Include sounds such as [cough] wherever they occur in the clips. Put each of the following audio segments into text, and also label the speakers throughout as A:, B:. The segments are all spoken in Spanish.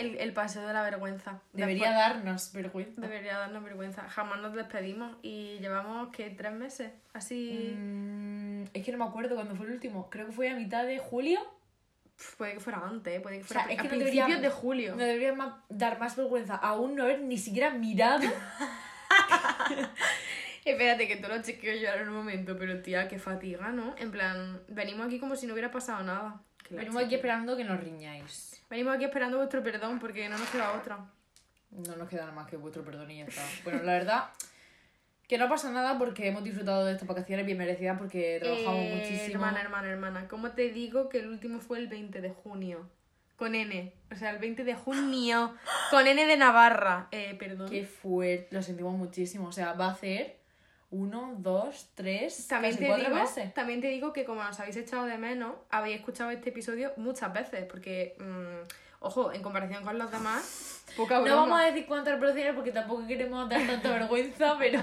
A: el, el paseo de la vergüenza.
B: Debería
A: Después-
B: darnos vergüenza.
A: debería darnos vergüenza. Jamás nos despedimos y llevamos, ¿qué? ¿Tres meses? Así...
B: Mm, es que no me acuerdo cuándo fue el último. Creo que fue a mitad de julio.
A: Pf, Puede que fuera antes, puede que
B: O
A: fuera
B: sea,
A: pri-
B: es que
A: a
B: no
A: principios
B: debería-
A: de julio.
B: No debería ma- dar más vergüenza aún no haber ni siquiera mirado.
A: Espérate, que todo lo chequeo yo ahora en un momento, pero tía, qué fatiga, ¿no? En plan, venimos aquí como si no hubiera pasado nada. Que la
B: [laughs] Venimos aquí
A: chequeo.
B: esperando que nos riñáis.
A: Venimos aquí esperando vuestro perdón porque no nos queda otra.
B: No nos queda nada más que vuestro perdón y ya está. Bueno, la verdad que no pasa nada porque hemos disfrutado de estas vacaciones bien merecidas porque trabajamos
A: Eh,
B: muchísimo.
A: Hermana, hermana, hermana. ¿Cómo te digo que el último fue el 20 de junio? Con N. O sea, el 20 de junio. Con N de Navarra. Eh, perdón.
B: Qué fuerte, lo sentimos muchísimo. O sea, va a hacer uno, dos, tres,
A: También
B: casi
A: te,
B: cuatro
A: digo,
B: meses.
A: también te digo que como nos habéis echado de menos, habéis escuchado este episodio muchas veces, porque, mm, ojo, en comparación con los demás, poca broma.
B: No vamos a decir cuántas producciones porque tampoco queremos dar
A: [laughs]
B: tanta vergüenza, pero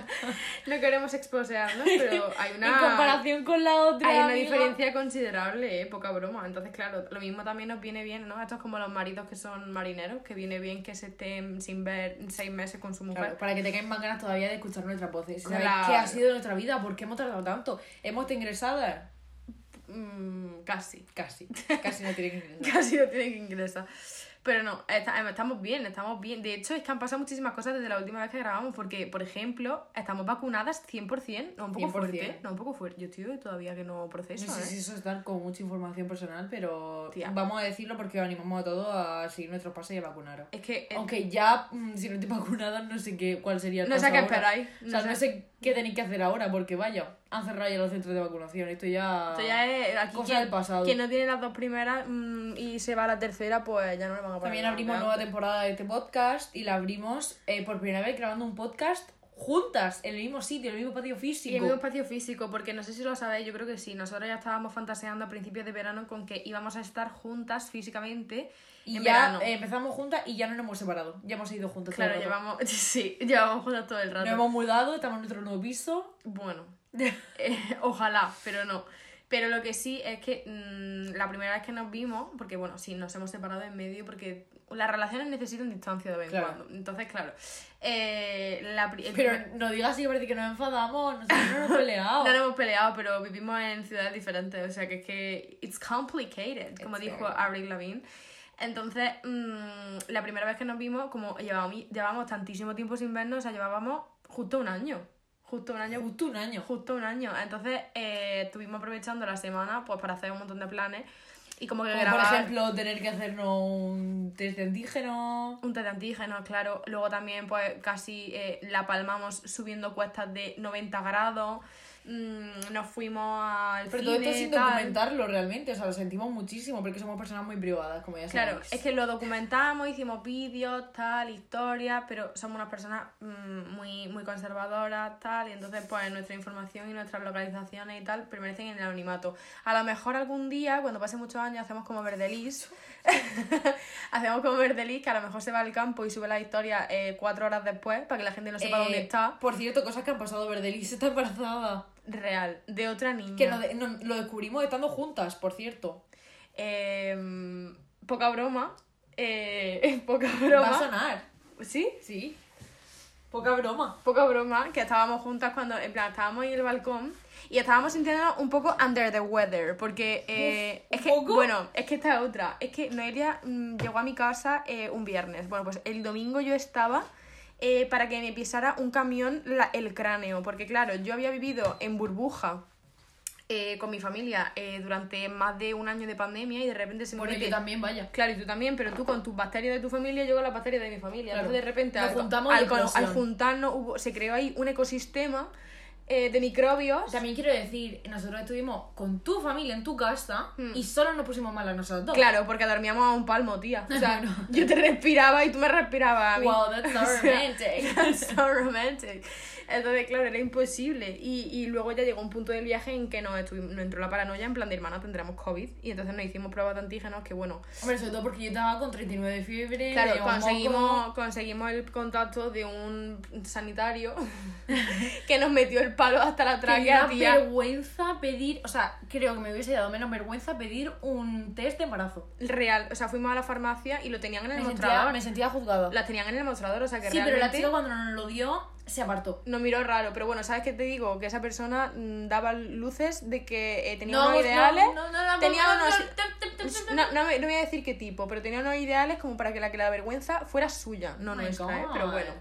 A: No queremos
B: [laughs]
A: exposearnos, pero hay una,
B: en comparación con la otra.
A: hay una
B: amiga,
A: diferencia considerable, eh, poca broma. Entonces, claro, lo mismo también nos viene bien, ¿no? Esto es como los maridos que son marineros, que viene bien que se estén sin ver seis meses con su mujer.
B: Claro, para que tengáis más ganas todavía de escuchar nuestras voces. ¿Sabéis
A: Claro.
B: qué ha sido nuestra vida? ¿Por qué hemos tardado tanto? ¿Hemos ingresado?
A: Mm, casi. [laughs]
B: Casi. Casi no tienen que ingresar.
A: Casi no tienen que ingresar. Pero no, esta- em, estamos bien, estamos bien. De hecho, es que han pasado muchísimas cosas desde la última vez que grabamos, porque, por ejemplo, estamos vacunadas 100%, no un poco
B: 100%.
A: fuerte, no un poco fuerte. Yo estoy todavía que no proceso,
B: No sé
A: ¿eh?
B: si eso es dar con mucha información personal, pero
A: Tía.
B: vamos a decirlo porque os animamos a todos a seguir nuestros pasos y a vacunaros.
A: Es que eh,
B: Aunque ya, mm, si no te vacunadas, no sé qué, cuál sería el
A: no sé
B: paso
A: a qué
B: ahora.
A: esperáis.
B: O sea,
A: no
B: no sé qué tenéis que hacer ahora, porque vaya, han cerrado ya los centros de vacunación. Esto ya.
A: Esto ya es aquí
B: Cosa
A: quien,
B: del pasado.
A: quien no tiene las dos primeras mm, y se va a la tercera, pues ya no le van a poner.
B: También
A: nada.
B: abrimos nueva temporada de este podcast y la abrimos eh, por primera vez grabando un podcast juntas, en el mismo sitio, en el mismo patio físico.
A: Y el mismo espacio físico, porque no sé si lo sabéis, yo creo que sí. Nosotros ya estábamos fantaseando a principios de verano con que íbamos a estar juntas físicamente
B: Y
A: en
B: ya
A: verano.
B: eh, empezamos juntas y ya no nos hemos separado. Ya hemos ido juntas. todo
A: Claro,
B: el rato.
A: llevamos, [laughs] sí, llevamos juntas todo el rato.
B: Nos hemos mudado, estamos en nuestro nuevo piso. [laughs]
A: Bueno, eh, ojalá, pero no. Pero lo que sí es que mm, la primera vez que nos vimos, porque bueno, sí, nos hemos separado en medio porque las relaciones necesitan distancia de vez en
B: Claro.
A: cuando. Entonces, claro, eh, la pri- el primer-
B: Pero no digas que parece que nos enfadamos, nosotros no nos hemos peleado.
A: [laughs] no nos hemos peleado, pero vivimos en ciudades diferentes, o sea que es que it's complicated, como
B: It's
A: dijo
B: very-
A: Avril Lavigne. Entonces, mm, la primera vez que nos vimos, como llevábamos, llevábamos tantísimo tiempo sin vernos, o sea, llevábamos justo un año. Justo un año
B: Justo un año.
A: Justo un año. Entonces, eh, estuvimos aprovechando la semana pues para hacer un montón de planes. Y como que
B: Como,
A: grabar
B: por ejemplo, tener que hacernos un test de antígeno.
A: un test de antígenos, claro. Luego también, pues, casi eh, la palmamos subiendo cuestas de 90 grados. Mm, nos fuimos al
B: Pero todo esto
A: cine,
B: sin
A: tal.
B: documentarlo realmente, o sea, lo sentimos muchísimo porque somos personas muy privadas, como ya sabéis.
A: Claro, es que lo documentamos, hicimos vídeos, tal, historias, pero somos unas personas mm, muy, muy conservadoras, tal, y entonces pues nuestra información y nuestras localizaciones y tal permanecen en el anonimato. A lo mejor algún día, cuando pase muchos años, hacemos como Verdelis, [laughs] hacemos como Verdelis, que a lo mejor se va al campo y sube la historia eh, cuatro horas después, para que la gente no sepa
B: Eh,
A: dónde está.
B: Por cierto, cosas que han pasado, Verdelis [laughs] está embarazada.
A: Real, de otra niña.
B: Que nos de- no- lo descubrimos estando juntas, por cierto.
A: Em, poca broma, eh, [laughs] poca broma.
B: Va a sonar.
A: ¿Sí?
B: Sí. Poca broma.
A: poca broma, que estábamos juntas cuando, en plan, estábamos en el balcón y estábamos sintiéndonos un poco under the weather, porque eh,
B: Uf,
A: es
B: ¿un
A: que,
B: poco?
A: bueno, es que esta es otra, es que Noelia mm, llegó a mi casa eh, un viernes, bueno, pues el domingo yo estaba eh, para que me pisara un camión la- el cráneo, porque claro, yo había vivido en burbuja. eh, con mi familia eh, durante más de un año de pandemia y de repente se me
B: Bueno, yo
A: mete-
B: también, vaya.
A: Claro, y tú también, pero tú con tus bacterias de tu familia, yo con las bacterias de mi familia.
B: Claro.
A: Entonces, de repente,
B: Nos
A: al,
B: juntamos
A: al,
B: en
A: con-
B: eclosión.
A: al juntarnos, hubo- se creó ahí un ecosistema eh, de microbios.
B: También quiero decir, nosotros estuvimos con tu familia en tu casa y solo nos pusimos malas nosotros dos.
A: Hmm. Claro, porque dormíamos a un palmo, tía. O
B: [laughs]
A: sea, yo te respiraba y tú me respirabas a mí. [laughs]
B: Wow, that's so
A: O sea,
B: romantic.
A: [laughs] that's so romantic. Entonces, claro, era imposible. Y, y luego ya llegó un punto del viaje en que nos, estuvimos- nos entró la paranoia en plan de hermana, tendremos COVID. Y entonces nos hicimos pruebas de antígenos que, bueno,
B: Hombre, sobre todo porque yo estaba con 39 de fiebre.
A: Claro,
B: tenía un
A: conseguimos,
B: moco.
A: conseguimos el contacto de un sanitario [laughs] que nos metió el el palo hasta la
B: Tenía
A: tráquea, tía.
B: vergüenza pedir, o sea, creo que me hubiese dado menos vergüenza pedir un test de embarazo.
A: Real. O sea, fuimos a la farmacia y lo tenían en el
B: Me sentía,
A: mostrador.
B: me sentía juzgada.
A: Las tenían en el mostrador, o sea que
B: sí, pero la
A: realmente
B: chica cuando nos lo dio se apartó.
A: nos miró raro. Pero bueno, ¿sabes qué te digo? Que esa persona mm, daba luces de que eh, tenía
B: No,
A: unos
B: no,
A: ideales.
B: no, no, no,
A: tenía
B: no, no,
A: unos-
B: no, no, [laughs] no, no,
A: No, no me- no voy a decir qué tipo, pero tenía unos ideales como para que la, que la vergüenza fuera suya, no
B: Oh My
A: nuestra, ¿eh?
B: God.
A: Pero bueno.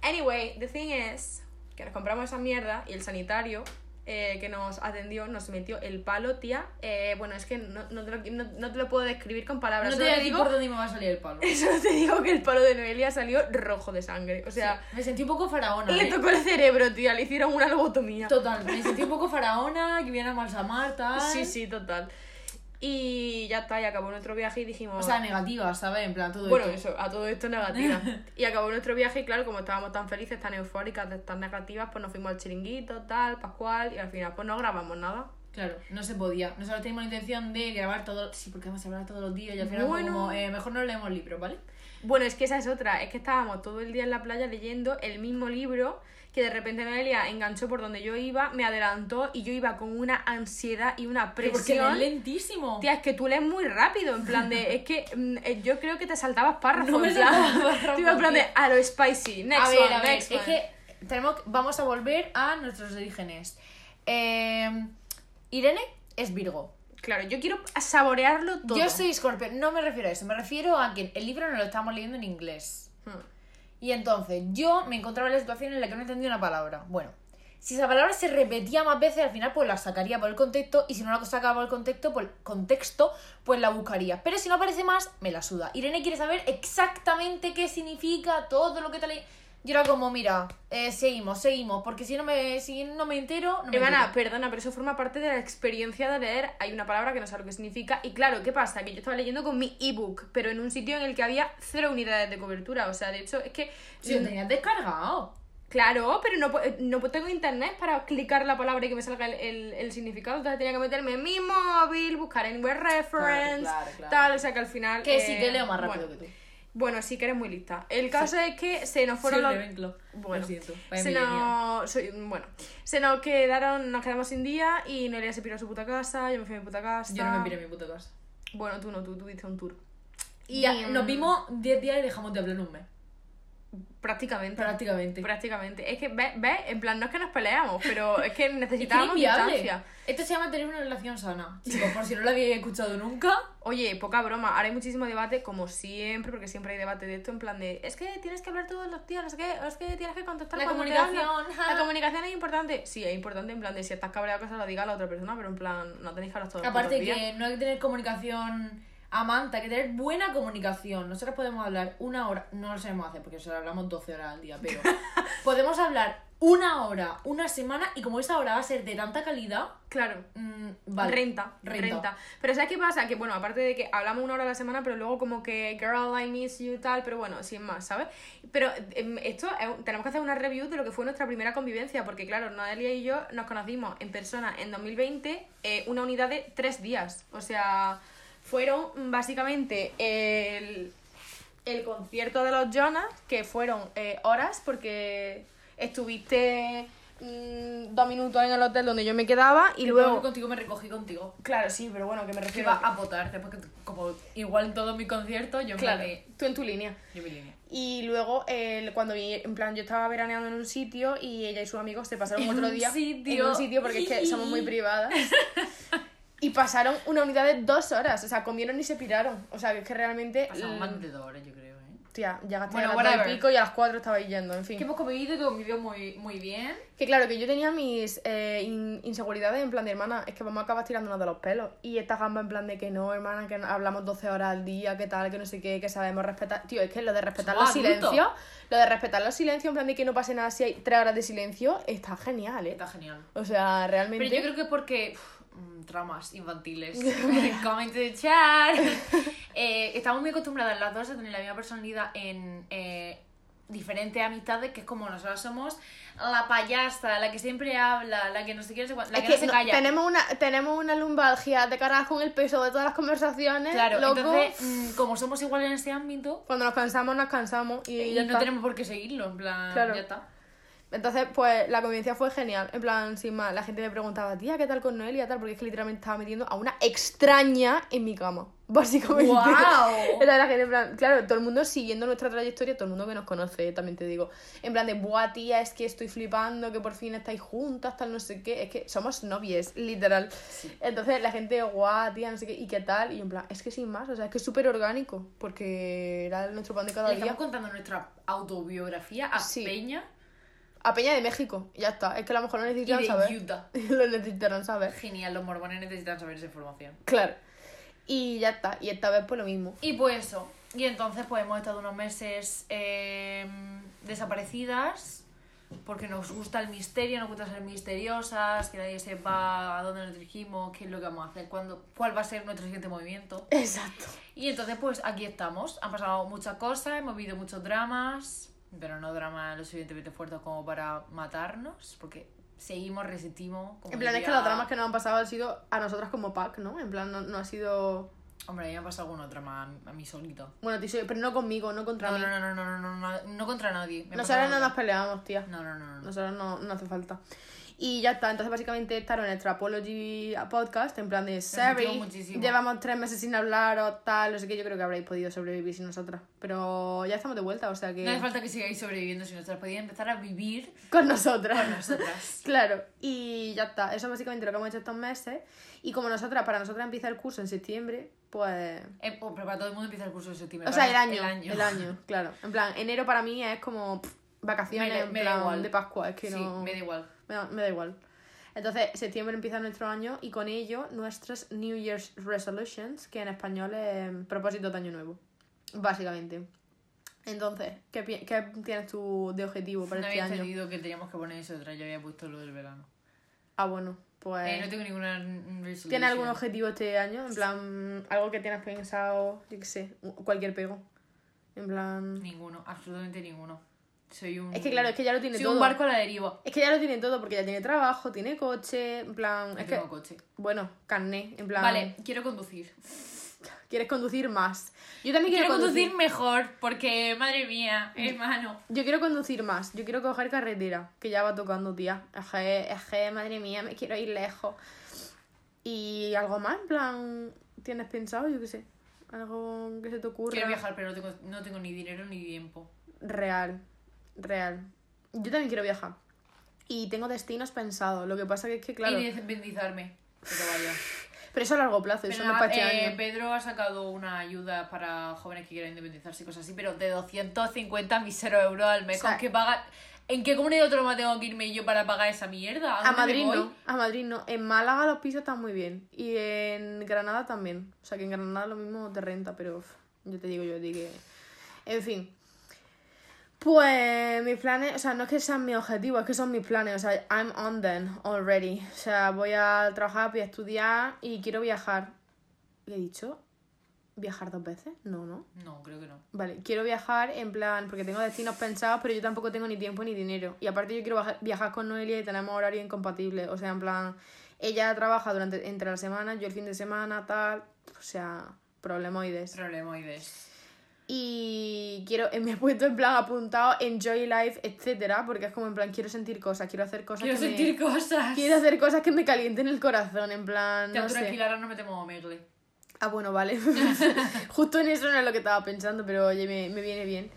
A: Anyway, the thing is que nos compramos esa mierda y el sanitario eh, que nos atendió nos metió el palo, tía. Eh, bueno, es que no, no te lo, no- no te lo puedo describir con palabras.
B: No te
A: solo
B: voy a
A: te
B: decir
A: digo,
B: por dónde me va a salir el palo.
A: solo te digo que el palo de Noelia salió rojo de sangre. [laughs] O sea,
B: Sí, me sentí un poco faraona.
A: le
B: ¿eh?
A: tocó el cerebro, tía. Le hicieron una lobotomía.
B: Total, me sentí un poco faraona, que viene a Malsamar, tal.
A: Sí, sí, total. Y ya está, y acabó nuestro viaje y dijimos...
B: O sea, negativa, ¿sabes? En plan, todo
A: Bueno,
B: esto.
A: eso, a todo esto [laughs] negativa. Y acabó nuestro viaje y claro, como estábamos tan felices, tan eufóricas, de- tan negativas, pues nos fuimos al chiringuito, tal, Pascual, y al final pues no grabamos nada.
B: Claro, no se podía. Nosotros teníamos la intención de grabar todo. Sí, porque vamos a hablar todos los días y al final fue
A: Bueno.
B: como, eh, mejor no leemos libros, ¿vale?
A: Bueno, es que esa es otra, es que estábamos todo el día en la playa leyendo el mismo libro que de repente Noelia enganchó por donde yo iba, me adelantó y yo iba con una ansiedad y una
B: Porque es
A: presión.
B: lentísimo.
A: Tía, es que tú lees muy rápido, en plan [laughs] de, es que mm, eh, yo creo que te saltabas párrafos,
B: No me
A: en plan,
B: saltaba párrafo,
A: tú ibas en plan de,
B: tía.
A: a lo spicy, next
B: a ver,
A: one,
B: a ver,
A: next
B: es
A: one".
B: que tenemos, vamos a volver a nuestros orígenes. Eh, Irene es Virgo.
A: Claro, yo quiero saborearlo todo.
B: Yo soy Scorpio. No me refiero a eso, me refiero a que el libro no lo estábamos leyendo en inglés.
A: Hmm.
B: Y entonces yo me encontraba en la situación en la que no entendía una palabra. Bueno, si esa palabra se repetía más veces, al final pues la sacaría por el contexto y si no la sacaba por el contexto, por el contexto pues la buscaría. Pero si no aparece más, me la suda. Irene quiere saber exactamente qué significa todo lo que te leí. Yo era como, mira, eh, seguimos, seguimos, porque si no me, si no me entero, no me
A: Ivana,
B: entero.
A: Eh, perdona, pero eso forma parte de la experiencia de leer. Hay una palabra que no sé lo que significa. Y claro, ¿qué pasa? Que yo estaba leyendo con mi ebook, pero en un sitio en el que había cero unidades de cobertura. O sea, de hecho, es que.
B: Si lo tenías descargado.
A: Claro, pero no, pu- no pu- tengo internet para clicar la palabra y que me salga el, el- el significado. Entonces tenía que meterme en mi móvil, buscar en web reference,
B: claro, claro.
A: tal. O sea, que al final.
B: Que
A: eh,
B: sí que leo más rápido
A: bueno,
B: que tú.
A: Bueno, sí que eres muy lista. El caso es que se nos fueron
B: Soy
A: los.
B: Ravenclaw.
A: Bueno,
B: Lo siento. Vaya
A: se
B: millennial.
A: nos, soy- bueno, se nos quedaron, nos quedamos sin día y Noelia se piró a su puta casa, yo me fui a mi puta casa.
B: Yo no me piro en mi puta casa.
A: Bueno, tú no, tú, tú diste un tour. Y,
B: Y ya,
A: mm,
B: nos vimos 10 días y dejamos de hablar un mes.
A: prácticamente.
B: Prácticamente.
A: Prácticamente. Es que, ¿ves? ¿ves? En plan, no es que nos peleamos, pero
B: [laughs]
A: es que
B: Es que era
A: necesitábamos
B: inviable.
A: distancia.
B: Esto se llama tener una relación sana. Chicos, por si no lo habíais escuchado nunca.
A: [laughs] Oye, poca broma, ahora hay muchísimo debate, como siempre, porque siempre hay debate de esto, en plan de, es que tienes que hablar todos los días, no sé qué, o es que tienes que contestar
B: La
A: cuando te
B: comunicación,
A: hablan.
B: ja.
A: La comunicación es importante. Sí, es importante, en plan de, si estás cabreado que se lo diga a la otra persona, pero en plan, no tenéis que hablar todos los
B: Aparte
A: putos días.
B: que no hay que tener comunicación amante, hay que tener buena comunicación. Nosotros podemos hablar una hora, no lo sabemos hacer porque solo hablamos 12 horas al día,
A: [laughs]
B: pero podemos hablar una hora, una semana y como esa hora va a ser de tanta calidad,
A: Claro.
B: mm, vale.
A: Renta, renta,
B: Renta.
A: Pero ¿sabes qué pasa? Que bueno, aparte de que hablamos una hora a la semana, pero luego como que girl, I miss you, tal, pero bueno, sin más, ¿sabes? Pero em, esto, es un- tenemos que hacer una review de lo que fue nuestra primera convivencia, porque claro, Noelia y yo nos conocimos en persona en 2020, eh, una unidad de tres días. O sea, fueron mm, básicamente el, el concierto de los Jonas, que fueron eh, horas, porque estuviste... mm, dos minutos en el hotel donde yo me quedaba y
B: Y
A: luego
B: luego contigo me recogí contigo.
A: Claro, sí, pero bueno, que me
B: Que
A: refiero
B: iba a votar, después que como igual en todo mi concierto, yo
A: Claro,
B: me
A: tú en tu línea.
B: yo me línea.
A: Y luego, el- cuando vi, en plan, yo estaba veraneando en un sitio y ella y sus amigos se pasaron
B: En
A: otro
B: un
A: día
B: sitio.
A: en un sitio porque es que somos
B: [laughs]
A: muy privadas. Y pasaron una unidad de dos horas, o sea, comieron y se piraron. O sea, que es que realmente.
B: Pasamos
A: mm,
B: más de dos horas, yo creo, ¿eh?
A: Tía, ya gasté
B: Bueno,
A: a las dos y
B: whatever.
A: pico y a las cuatro estaba yendo, en fin.
B: Que hemos comido, que convivió muy, muy bien.
A: Que claro, que yo tenía mis eh, in- inseguridades en plan de hermana, es que vamos a acabar tirándonos de los pelos. Y esta gamba en plan de que no, hermana, que no- hablamos 12 horas al día, que tal, que no sé qué, que sabemos respetar. Tío, es que lo de respetar
B: Somos
A: los
B: adultos.
A: silencios, lo de respetar los silencios, en plan de que no pase nada si hay 3 horas de silencio, está genial, ¿eh?
B: Está genial.
A: O sea, realmente.
B: Pero yo creo que es porque uf, mm, tramas infantiles, [laughs] comment de chat, Eh, estamos muy acostumbradas las dos a tener la misma personalidad en eh, diferentes amistades, que es como nosotras somos la payasa, la que siempre habla, la que no se quiere, la que,
A: Es
B: no se
A: no-
B: calla.
A: tenemos, una, tenemos una lumbalgia de carajo con el peso de todas las conversaciones.
B: Claro,
A: loco.
B: entonces, mm, como somos iguales en este ámbito,
A: Cuando nos cansamos, nos cansamos. Y,
B: eh,
A: ya
B: no
A: está.
B: tenemos por qué seguirlo, en plan,
A: Claro.
B: ya está.
A: Entonces, pues la convivencia fue genial. En plan, sin más, la gente me preguntaba, tía, ¿qué tal con Noelia? Tal, porque es que literalmente estaba metiendo a una extraña en mi cama, [laughs] básicamente.
B: ¡Guau!
A: [laughs] Era la gente, en plan, claro, todo el mundo siguiendo nuestra trayectoria, todo el mundo que nos conoce, también te digo. En plan de, buah, tía, es que estoy flipando, que por fin estáis juntas, tal, no sé qué. Es que somos novias, literal. Entonces la gente, guau, tía, no sé qué, ¿y qué tal? Y yo, en plan, es que sin más, o sea, es que es súper orgánico, porque era nuestro pan de cada
B: Le
A: día.
B: estamos contando nuestra autobiografía a
A: Sí.
B: Peña
A: A Peña de México, ya está. Es que a lo mejor lo
B: y
A: necesitan
B: de
A: saber.
B: Utah.
A: [laughs] lo necesitarán saber.
B: Genial, los mormones necesitan saber esa información.
A: Claro. Y ya está. Y esta vez pues lo mismo.
B: Y pues eso. Y entonces pues hemos estado unos meses eh, desaparecidas porque nos gusta el misterio, nos gusta ser misteriosas, que nadie sepa a dónde nos dirigimos, qué es lo que vamos a hacer, cuándo, cuál va a ser nuestro siguiente movimiento.
A: Exacto.
B: Y entonces pues aquí estamos. Han pasado muchas cosas, hemos vivido muchos dramas, pero no dramas lo suficientemente fuertes como para matarnos, porque seguimos, resistimos. como
A: En plan, es que
B: diría-
A: los dramas que nos han pasado han sido a nosotras como pack, ¿no? En plan, no, no ha sido.
B: Hombre, a mí me ha pasado alguna trama a a mí solito.
A: Bueno, tío, pero no conmigo, no contra
B: No,
A: mí.
B: no, no, no, no, no, no, no contra nadie. Me ha
A: Nosotras
B: pasado
A: no nos
B: otra.
A: peleábamos, tía.
B: No, no, no, no.
A: Nosotras no, no hace falta. Y ya está, entonces básicamente estaron en nuestra Apology podcast, en plan de
B: sentimos
A: Sorry,
B: muchísimo".
A: llevamos tres meses sin hablar o tal, no sé qué, yo creo que habréis podido sobrevivir sin nosotras. Pero ya estamos de vuelta, o sea que.
B: No hace falta que sigáis sobreviviendo si nosotras podéis empezar a vivir
A: Con nosotras.
B: con nosotras.
A: [laughs] Claro, y ya está. Eso es básicamente lo que hemos hecho estos meses. Y como nosotras, para nosotras empieza el curso en septiembre, pues.
B: Eh, pues, pero para todo el mundo empieza el curso de septiembre.
A: O sea, el
B: ¿vale?
A: año. El año,
B: [laughs]
A: claro. En plan, enero para mí es como pff, vacaciones,
B: Me da-
A: en
B: me da
A: plan,
B: igual.
A: de Pascua. Es que
B: sí,
A: no.
B: me da igual.
A: Me da, me da igual. Entonces, septiembre empieza nuestro año y con ello nuestras New Year's Resolutions, que en español es mm, propósito de año nuevo, básicamente. Entonces, ¿qué, pi- qué tienes tú de objetivo para
B: no
A: este
B: había
A: año?
B: entendido que teníamos que poner eso otra. Yo había puesto lo del verano.
A: Ah, bueno, pues...
B: Eh, no tengo ninguna mm, resolución.
A: ¿Tienes algún objetivo este año? En plan, algo que tienes pensado, yo qué sé, cualquier pego. En plan...
B: Ninguno, absolutamente ninguno. Soy un.
A: Es que claro, es que ya lo tiene
B: soy
A: todo.
B: un barco a la deriva.
A: Es que ya lo tiene todo porque ya tiene trabajo, tiene coche, en plan...
B: No
A: Es que,
B: tengo coche.
A: bueno, carné, en plan...
B: Vale, quiero conducir.
A: Quieres conducir más. Yo también
B: Quiero conducir mejor porque, madre mía, hermano.
A: Yo quiero conducir más. Yo quiero coger carretera, que ya va tocando, tía. Eje, eje, madre mía, me quiero ir lejos. Y algo más, en plan... ¿Tienes pensado? Yo qué sé. Algo que se te ocurra.
B: Quiero viajar, pero no tengo, no tengo ni dinero ni tiempo.
A: Real, real. Yo también quiero viajar. Y tengo destinos pensados. Lo que pasa que es que, claro.
B: Y independizarme. Pero
A: [laughs]
B: vaya.
A: Pero eso a largo plazo, eso
B: Pero
A: no es
B: nada,
A: para este
B: eh,
A: año.
B: Pedro ha sacado una ayuda para jóvenes que quieran independizarse y cosas así, pero de 250 miseros euros al mes.
A: O sea,
B: ¿con qué paga- ¿En qué comunidad autónoma tengo que irme yo para pagar esa mierda?
A: A
B: dónde me
A: Madrid
B: voy?
A: no, a Madrid no. En Málaga los pisos están muy bien. Y en Granada también. O sea que en Granada lo mismo te renta, pero uf, yo te digo, yo digo que. En fin. Pues mis planes, o sea, no es que sean mis objetivos, es que son mis planes, o sea, I'm on them already. O sea, voy a trabajar, voy a estudiar y quiero viajar. ¿Qué he dicho? ¿Viajar dos veces? No, no.
B: No, creo que no.
A: Vale, quiero viajar en plan, porque tengo destinos pensados, pero yo tampoco tengo ni tiempo ni dinero. Y aparte yo quiero baja- viajar con Noelia y tenemos horario incompatible. O sea, en plan, ella trabaja durante entre la semana, yo el fin de semana, tal. O sea, problemoides.
B: Problemoides.
A: Y quiero, [laughs] eh, me he puesto en plan apuntado, enjoy life, etcétera, porque es como en plan, quiero sentir cosas, quiero hacer cosas
B: Quiero
A: que me-
B: sentir cosas.
A: Quiero hacer cosas que me calienten el corazón, en plan,
B: Te
A: no
B: aturo
A: sé.
B: alquilar, no me temo a Omegle.
A: Ah, bueno,
B: [laughs]
A: vale. Justo en eso no es lo que estaba pensando, pero oye, me, me viene bien.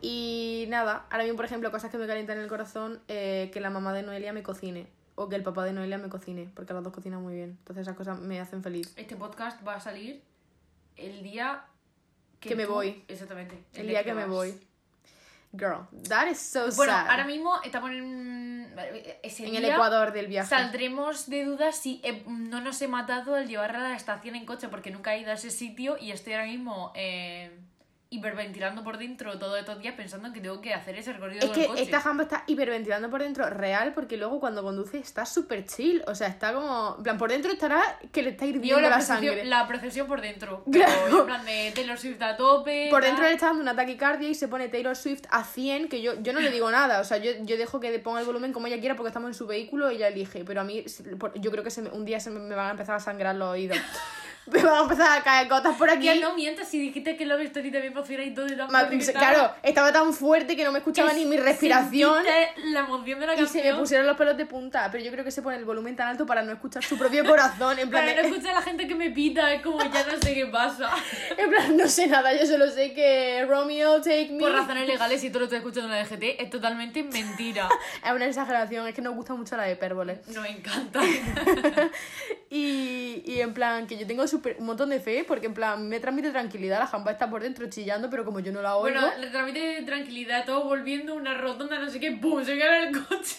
A: Y nada, ahora mismo, por ejemplo, cosas que me calientan el corazón, eh, que la mamá de Noelia me cocine. O que el papá de Noelia me cocine, porque las dos cocinan muy bien. Entonces esas cosas me hacen feliz.
B: Este podcast va a salir el día
A: Que me
B: tú-
A: voy.
B: Exactamente.
A: El, día que, me
B: vas.
A: voy. Girl, that is so
B: Bueno,
A: sad.
B: ahora mismo estamos en. ese
A: en el
B: día-
A: Ecuador del viaje.
B: Saldremos de dudas si he- no nos he matado al llevarla a la estación en coche porque nunca he ido a ese sitio y estoy ahora mismo eh, hiperventilando por dentro todos estos días pensando en que tengo que hacer ese recorrido
A: Es
B: con
A: que
B: el coche.
A: esta jamba está hiperventilando por dentro, real, porque luego cuando conduce está súper chill. O sea, está como. en plan, por dentro estará que le está
B: Llevo
A: hirviendo
B: la,
A: la
B: procesión-
A: sangre.
B: la procesión por
A: [laughs]
B: dentro.
A: Claro.
B: Pero en plan de Taylor Swift a tope.
A: Por dentro
B: tal.
A: le está dando un taquicardia y se pone Taylor Swift a 100, que yo, yo no le digo nada. O sea, yo, yo dejo que ponga el volumen como ella quiera porque estamos en
B: [laughs]
A: su vehículo y ella elige. Pero a mí, si- por- yo creo que se me- un día se me, me van a empezar a sangrar los oídos. me van a empezar a caer gotas por aquí.
B: Tía, no mientas si dijiste que Love Story también funciona y todo y todo.
A: Ma- claro, estaba tan fuerte que no me escuchaba ni mi respiración.
B: La emoción de la
A: Y se
B: canción.
A: me pusieron los pelos de punta, pero yo creo que se pone el volumen tan alto para no escuchar su propio corazón. En plan,
B: Para
A: de-
B: no escuchar a la gente que me pita, es como ya no sé
A: [laughs]
B: qué pasa.
A: en plan, no sé nada, yo solo sé que Romeo, take me.
B: Por razones legales, si tú lo estás escuchando en la DGT, es totalmente mentira.
A: Es una exageración, es que nos gusta mucho la hipérbole.
B: Nos
A: [laughs]
B: encanta.
A: Y, y en plan, que yo tengo súper- un montón de fe, porque en plan, me transmite tranquilidad, la jamba está por dentro chillando, pero como yo no la oigo...
B: Bueno, le transmite tranquilidad, todo volviendo una rotonda, no sé qué, ¡pum! Se cae en el coche.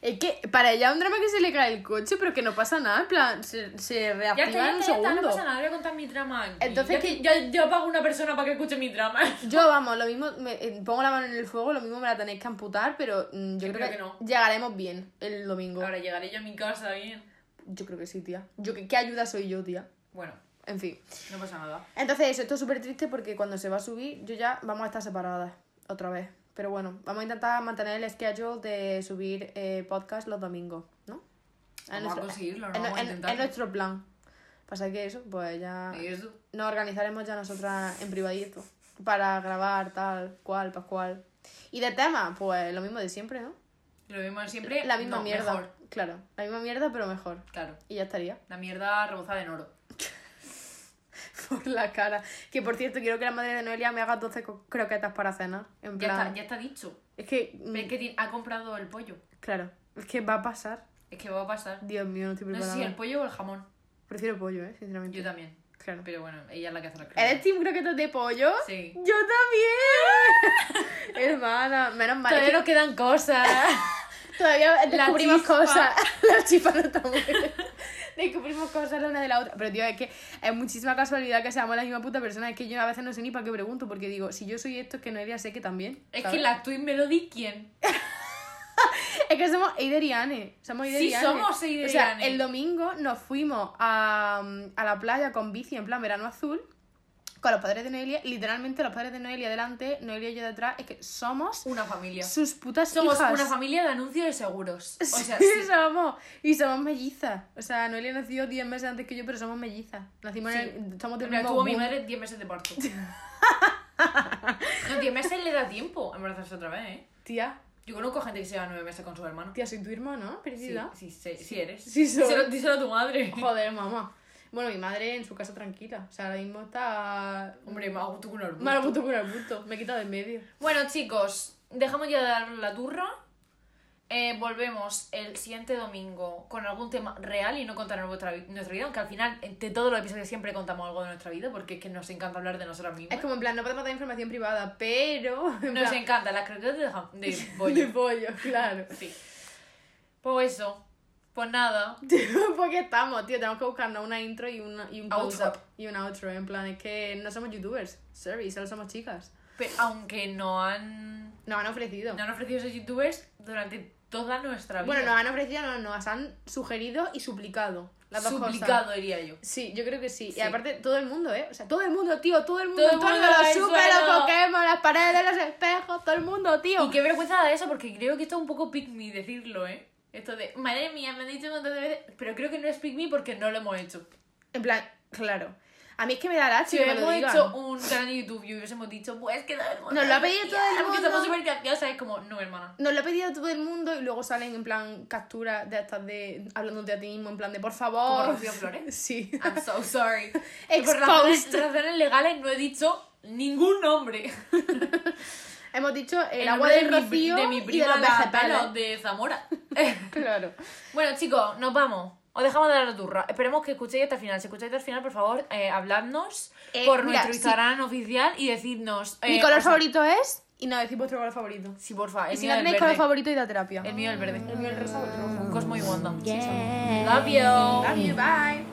A: Es que para ella es un drama que se le cae el coche, pero que no pasa nada, en plan, se, se
B: Ya está,
A: reactiva
B: ya
A: en un
B: está, ya está, no
A: segundo.
B: pasa nada, voy a contar mi trama. aquí.
A: Entonces,
B: Ya
A: ¿qué-
B: que- ya, ya pago una persona para que escuche mi trama.
A: [laughs] Yo, vamos, lo mismo, me, eh, pongo la mano en el fuego, lo mismo me la tenéis que amputar, pero mm, yo creo
B: Yo creo
A: que,
B: que no.
A: llegaremos bien el domingo.
B: Ahora llegaré yo a mi casa bien.
A: Yo creo que sí, tía. Yo, ¿qué, ¿Qué ayuda soy yo, tía?
B: Bueno,
A: En fin.
B: no pasa nada.
A: Entonces, eso, esto es súper triste porque cuando se va a subir, yo ya vamos a estar separadas otra vez. Pero bueno, vamos a intentar mantener el schedule de subir eh, podcast los domingos, ¿no? Es
B: Vamos a conseguirlo, no
A: es-
B: vamos a
A: es-
B: intentarlo.
A: es nuestro plan. Pasa que eso, pues ya
B: Y eso.
A: nos organizaremos ya nosotras en privadito para grabar tal, cual, pascual. Y de tema, pues lo mismo de siempre, ¿no?
B: Lo mismo siempre.
A: La misma
B: Eh, no,
A: mierda.
B: mejor.
A: Claro, la misma mierda, pero mejor.
B: Claro.
A: Y ya estaría.
B: La mierda rebozada en oro.
A: [laughs] Por la cara. Que por cierto, quiero que la madre de Noelia me haga 12 co- croquetas para cenar. En
B: Ya
A: plan.
B: está, ya está dicho.
A: Es que. mm,
B: Pero es que ti- ha comprado el pollo.
A: Claro. Es que va a pasar.
B: Es que va a pasar.
A: Dios mío, no estoy
B: No sé
A: preparada.
B: si el pollo o el jamón.
A: Prefiero pollo, eh, sinceramente.
B: Yo también.
A: Claro.
B: Pero bueno, ella es la que hace las
A: ¿Eres team croquetas de pollo?
B: Sí.
A: Yo también.
B: [laughs]
A: Hermana, menos mal.
B: Todavía nos quedan cosas.
A: [laughs] Todavía
B: La
A: descubrimos
B: chispa.
A: cosas. [laughs] La chispa no está muy bien. Descubrimos cosas la una de la otra. Pero, tío, es que es muchísima casualidad que seamos la misma puta persona. Es que yo a veces no sé ni para qué pregunto, porque digo, si yo soy esto, es que Noelia sé que también.
B: es
A: ¿sabes?
B: que la Twin Melody, ¿quién?
A: Es que somos Eider y Ane. Somos Eider
B: Sí,
A: y Ane.
B: somos Eider
A: O
B: y
A: sea,
B: Ane.
A: el domingo nos fuimos a, mm, a la playa con bici en plan verano azul con los padres de Noelia. Literalmente, los padres de Noelia delante, Noelia y yo detrás. Es que somos
B: Una familia.
A: sus putas
B: Somos
A: hijas. [laughs]
B: una familia de anuncios de seguros. O sea,
A: Sí,
B: sí.
A: somos. Y somos mellizas. O sea, Noelia nació 10 meses antes que yo, pero somos mellizas. Nacimos en el- somos del
B: Mira,
A: mismo
B: tuvo mi
A: boom.
B: madre 10 meses de [laughs] parto. no, 10 meses le da tiempo a embarazarse otra vez, ¿eh?
A: Tía,
B: Yo conozco gente que se lleva 9 meses con su hermano.
A: tía, soy tu hermano, ¿no?
B: Sí,
A: Perdida.
B: sí, sí, sí eres.
A: Sí, soy.
B: Díselo, díselo a tu madre.
A: Joder, mamá. Bueno, mi madre en su casa tranquila. O sea, ahora mismo está.
B: Hombre, me hago tú con orgullo.
A: Malo punto por el punto. Me he quitado del medio.
B: Bueno, chicos, dejamos ya de dar la turra. Eh, volvemos el siguiente domingo con algún tema real y no contarnos vuestra, vi- nuestra vida, aunque al final de todos los episodios siempre contamos algo de nuestra vida porque es que nos encanta hablar de nosotras mismas.
A: Es como en plan, no podemos dar información privada, pero. En
B: Nos
A: [laughs] plan,
B: encanta las croquetas de, jam- [laughs] de
A: de
B: pollo.
A: pollo, claro. [laughs]
B: Sí. Pues eso. Pues nada.
A: Tío, ¿Por qué estamos, tío? Tenemos que buscarnos una intro y, una, y un
B: Outro.
A: close-up Y un outro. En plan, es que no somos youtubers. Sorry, solo somos chicas.
B: Pe- aunque no han,
A: Nos han ofrecido.
B: no han ofrecido esos youtubers durante toda nuestra vida.
A: Bueno, nos han ofrecido, no, nos han sugerido y suplicado. Las dos cosas.
B: Suplicado, diría yo.
A: Sí, yo creo que sí. Y
B: Sí.
A: aparte, todo el mundo, ¿eh? O sea, todo el mundo, tío, todo el mundo.
B: Todo el
A: en torno
B: mundo
A: a los
B: al
A: super, los
B: suelo.
A: Pokémon, las paredes, los espejos, todo el mundo, tío.
B: Y qué vergüenza da eso, porque creo que esto es un poco pick me decirlo, ¿eh? Esto de, madre mía, me han dicho un montón de veces, pero creo que no es pick me porque no lo hemos hecho.
A: En plan, claro. A mí es que me da la
B: Si
A: que me lo
B: hubiésemos
A: digan.
B: hecho un canal de YouTube y hubiésemos dicho, pues que todo el mundo
A: Nos lo ha pedido
B: decía,
A: todo el
B: Porque
A: mundo.
B: estamos súper graciosas, es como, no, hermana.
A: Nos lo ha pedido todo el mundo y luego salen en plan capturas de estas de hablándote a ti mismo, en plan de por favor. [laughs]
B: Como Rocío Flores.
A: Sí.
B: I'm
A: [laughs]
B: so sorry. Y Por
A: Exposed.
B: razones, razones legales no he dicho ningún nombre.
A: Hemos dicho eh, el, agua
B: nombre
A: del
B: de mi pri-
A: rocío
B: de mi
A: y de
B: prima
A: los
B: la
A: vegetales.
B: Pelo, de Zamora.
A: Claro.
B: [laughs] Bueno, chicos, nos vamos. Os dejamos dar la turra. Esperemos que escuchéis hasta el final. Si escucháis hasta el final, por favor, eh, habladnos
A: Eh,
B: por
A: mira,
B: nuestro
A: sí.
B: Instagram oficial y decidnos. eh,
A: Mi color
B: o sea,
A: favorito es. Y no decís vuestro color favorito.
B: Sí, porfa. El
A: Y si
B: mío
A: no
B: es el
A: tenéis
B: verde.
A: color favorito, id a terapia.
B: El mío es el verde.
A: El mío es el rosa o el rojo.
B: Un Cosmo y Wanda.
C: Yeah.
B: Love you.
A: Love you, bye.